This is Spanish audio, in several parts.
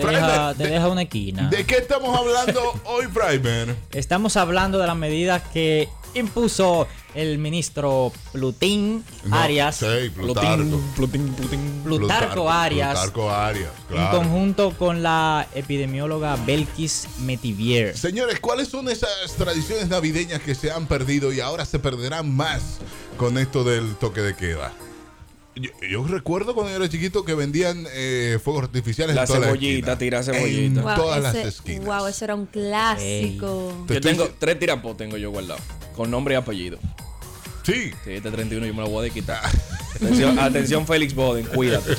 deja, te deja una esquina. ¿De qué estamos hablando hoy, Primer? Estamos hablando de las medidas que impuso el ministro Plutín No, Arias. Sí, Plutarco. Plutín, Plutín, Plutín. Plutarco Arias. Plutarco Arias, En claro. conjunto con la epidemióloga Belkis Metivier. Señores, ¿cuáles son esas tradiciones navideñas que se han perdido y ahora se perderán más con esto del toque de queda? Yo, yo recuerdo cuando yo era chiquito que vendían eh, fuegos artificiales La en todas las cebollita, esquinas. tira En cebollita. Wow, todas las ese, esquinas. wow, eso era un clásico. Te estoy- Yo tengo tres tirapos tengo yo guardado. Con nombre y apellido. Sí. Sí, este 31 yo me lo voy a quitar. Atención, atención Félix Boden, cuídate.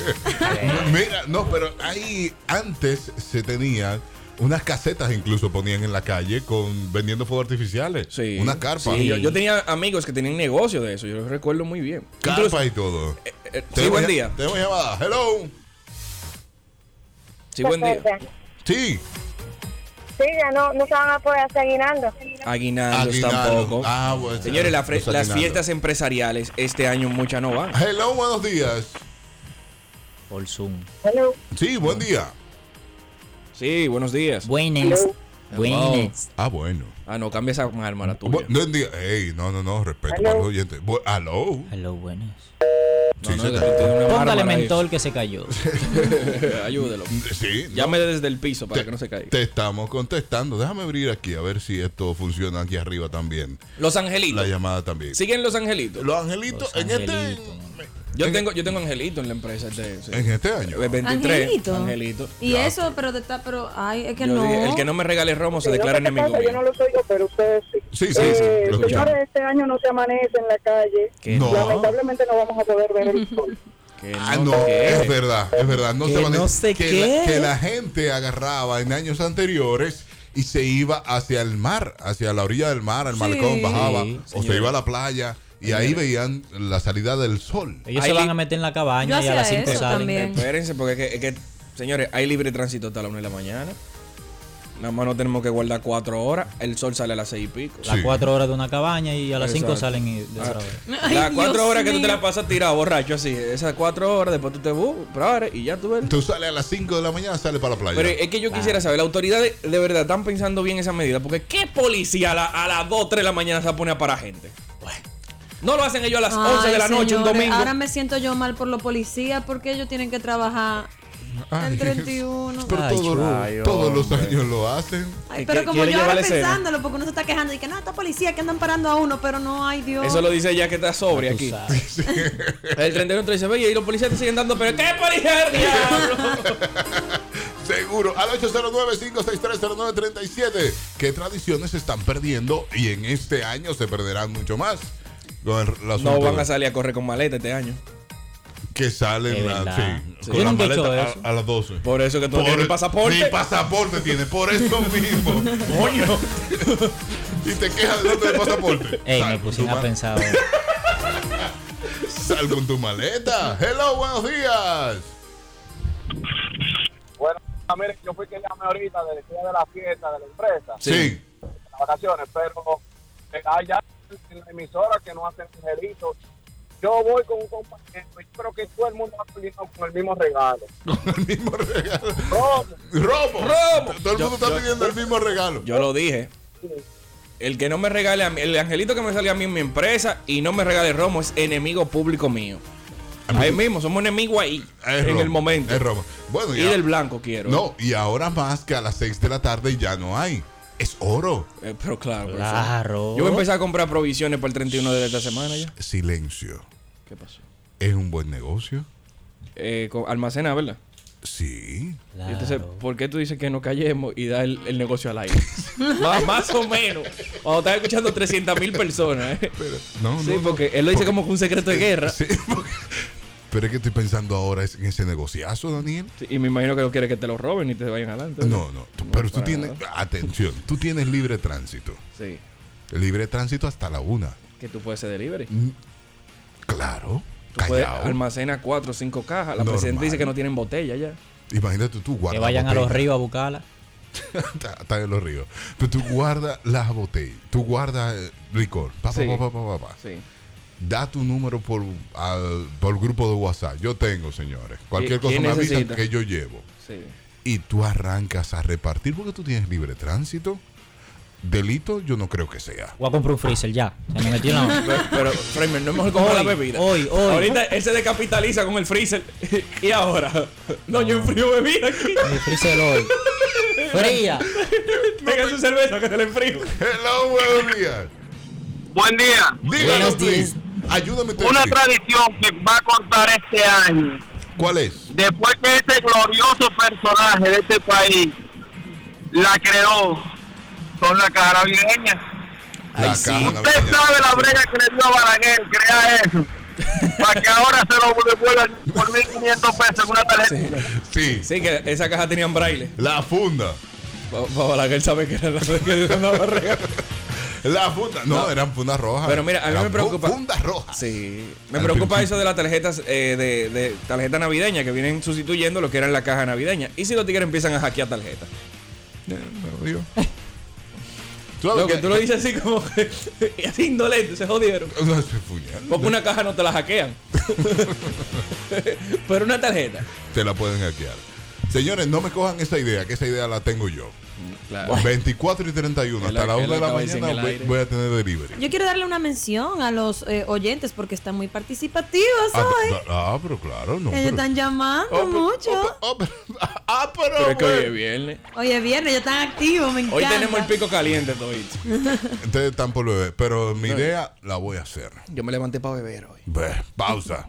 Mira, no, pero ahí antes se tenían unas casetas incluso ponían en la calle con vendiendo fuegos artificiales. Sí. Una carpa. Sí, yo, yo tenía amigos que tenían negocio de eso. Yo lo recuerdo muy bien. Carpa Incluso- y todo. eh, eh, sí, Tenemos buen ya- día. Tenemos llamada. Hello. Sí, buen día. Sí. Sí, ya no, no se van a poder hacer guinando. Aguinaldos Aguinaldo. tampoco. Ah, bueno. Señores, la fre- Los las aguinaldos. fiestas empresariales este año muchas no van. Hello, buenos días. Por Zoom. Sí, buen día. Sí, buenos días. Buenas. Buenas. Ah, bueno. Ah, no, cambia esa arma la tuya. Buen buen día. Ey, no, no, no, respeto para los oyentes. Bu- hello. Hello, buenas. No, no, Sí, que se- tú tienes una Póngale bárbara ahí. mentol que se cayó. Ayúdelo. Sí, no, Llame desde el piso para te- que no se caiga. Te estamos contestando. Déjame abrir aquí a ver si esto funciona aquí arriba también. Los La angelitos. llamada también. Siguen los angelitos. Los angelitos, Los en, este angelitos. Yo tengo, yo tengo angelito en la empresa este, sí. Este, en este año. 23. Angelito. Angelito. Y eso, pero te está, pero ay, es que Yo no. dije, el que no me regale romo se declara no sé qué enemigo pasa, Yo no mío. los oigo, pero ustedes sí. Sí, sí, sí, Eh, lo escuchamos. señores, este año no se amanece en la calle. Que No. Lamentablemente no vamos a poder ver el sol. Que Ah, no, que- es verdad, es verdad. No Que se van a- no sé que, qué. La, que la gente agarraba en años anteriores y se iba hacia el mar, hacia la orilla del mar, al Sí. malecón, bajaba, Sí, o se iba a la playa y ahí veían la salida del sol. Ellos Ahí se van li- a meter en la Yo cabaña y a hacía las 5 eso salen. también. Espérense, porque es que, es que, señores, hay libre tránsito hasta la 1 de la mañana. Nada más no tenemos que guardar 4 horas. El sol sale a las 6 y pico. Las Sí. 4 horas de una cabaña y a las 5 Exacto. Ah, salen y de otra vez. Ay, las 4 Dios horas que tú te mío. la pasas tirado, borracho, así. Esas 4 horas, después tú te buscas y ya tú ves. Tú sales a las 5 de la mañana, sales para la playa. Pero eh, es que yo quisiera saber, la autoridad de, de verdad están pensando bien esa medida, porque ¿qué policía a, la- a las 2, 3 de la mañana se pone a parar gente? No lo hacen ellos a las 11 de la Ay, noche, un señores, domingo. Ahora me siento yo mal por los policías porque ellos tienen que trabajar Ay, el 31. pero Ay, todos, ay, todos los hombre. años lo hacen. Ay, que- pero como quiere yo ahora llevarle cena. pensándolo, porque uno se está quejando y que no, esta policía que andan parando a uno, pero no, ay Dios. Eso lo dice ella que está sobria Tú aquí. sabes. El 31 te dice, oye, y los policías te siguen dando, pero ¿qué policía del diablo? Seguro. Al 809-56309-37. ¿Qué tradiciones se están perdiendo? Y en este año se perderán mucho más. Con el- el No asunto van a de- salir a correr con maleta este año. que Es salen la- verdad. sí, Sí. con Yo la nunca he maleta hecho a- eso. a, las 12. Por eso que tú no tienes el- pasaporte. Ni pasaporte tiene, por eso mismo. Coño. y te quejas de no tener pasaporte. Ey, Sal me con pusieron tu a ma- pensar. ahora. Sal con tu maleta. Hello, buenos días. Bueno, mire, yo fui que llamé ahorita del día de la fiesta de la empresa, Sí. de las vacaciones, pero eh, hay ya en la emisora que no hacen angelitos. Yo voy con un compañero y yo creo que todo el mundo ha salido con el mismo regalo. Con el mismo regalo. ¿Cómo? Robo. Robo. Todo el mundo está pidiendo el mismo regalo. Yo lo dije. El que no me regale a mí, el angelito que me salga a mí en mi empresa y no me regale romo es enemigo público mío. Ahí mismo, somos enemigos ahí. Es en robo, el momento. Es robo. Bueno, Y ya- del blanco quiero. No, y ahora más que a las 6 de la tarde ya no hay. Es oro. Eh, pero claro, pero Claro. sí. Yo voy a empezar a comprar provisiones para el 31 de esta semana ya. Silencio. ¿Qué pasó? ¿Es un buen negocio? Eh, con- almacena, ¿verdad? Sí. Y Entonces, Claro. ¿por qué tú dices que no callemos y da el, el negocio al aire? más, más o menos. Cuando estás escuchando 300 mil personas. ¿eh? No, Sí, no, no. porque él lo dice como con un secreto de guerra. Sí, porque- Pero es que estoy pensando ahora es en ese negociazo, Daniel. Sí, Y me imagino que no quiere que te lo roben y te vayan adelante. ¿verdad? No, no. tú- pero tú para tienes. Atención, tú tienes libre tránsito. Sí. Libre tránsito hasta la una. Que tú puedes hacer delivery. Tú Claro. Mm. puedes Callao. almacenar 4 o 5 cajas. La Normal. presidenta dice que no tienen botella ya. Imagínate tú, guardas. Que vayan a los ríos a buscarla. Están en los ríos. Pero tú guardas las botellas. Tú guardas eh, licor. Pa, pa, Sí. pa, pa, pa, pa, pa. Sí. Da tu número por, al- por grupo de WhatsApp. Yo tengo, señores. Cualquier cosa quién me avisan necesita? que yo llevo. Sí. y tú arrancas a repartir porque tú tienes libre tránsito. Delito, yo no creo que sea. Voy a comprar un freezer ya. Se me metió en la mano. Pero, pero Freeman, no es mejor comprar la Hoy, bebida. hoy, hoy. Ahorita él se decapitaliza con el freezer. y ahora. No, yo enfrío bebida aquí. El freezer hoy. Fría. Tenga su cerveza que se la enfrío. Hello, buenos días. Buen día. Díganos, Buenos please. Ayúdame. Una Tetris. tradición que va a contar este año. ¿Cuál es? Después que este glorioso personaje de este país la creó con la carabineña. La caja Usted navideña. sabe la brega que le dio a Balaguer crear eso. Para que ahora se lo devuelvan por 1.500 pesos en una tarjeta. Sí, Sí, que esa caja tenía braille. la funda. Para la que él sabe que era la que era una barriga. La funda. No, eran fundas rojas. Pero mira, a mí Eran me preocupa- fu- Fundas rojas. Sí. Me preocupa eso de las tarjetas eh, de, de tarjeta navideña que vienen sustituyendo lo que eran la caja navideña. ¿Y si los tigres empiezan a hackear tarjetas? Me río. ¿Tú sabes Lo que qué? tú lo dices así como que y así indolente, se jodieron. No, se fuñan. Porque una caja no te la hackean. Pero una tarjeta. Te la pueden hackear. Señores, no me cojan esa idea, que esa idea la tengo yo. 24 y 31, Es hasta la la que 1 de él la acaba de decir en mañana el voy, aire. voy a tener delivery. Yo quiero darle una mención a los eh, oyentes porque están muy participativos Ah, hoy. te- ah, pero claro, no. Ellos pero- están llamando Ah, pero- mucho. ah, pero- Ah, pero. Pero es que hoy bueno. es viernes. Hoy es viernes, ellos están activos, me encanta. Hoy tenemos el pico caliente, todito. Ustedes están por beber, pero mi idea la voy a hacer. Yo me levanté para beber hoy. Ve, pausa.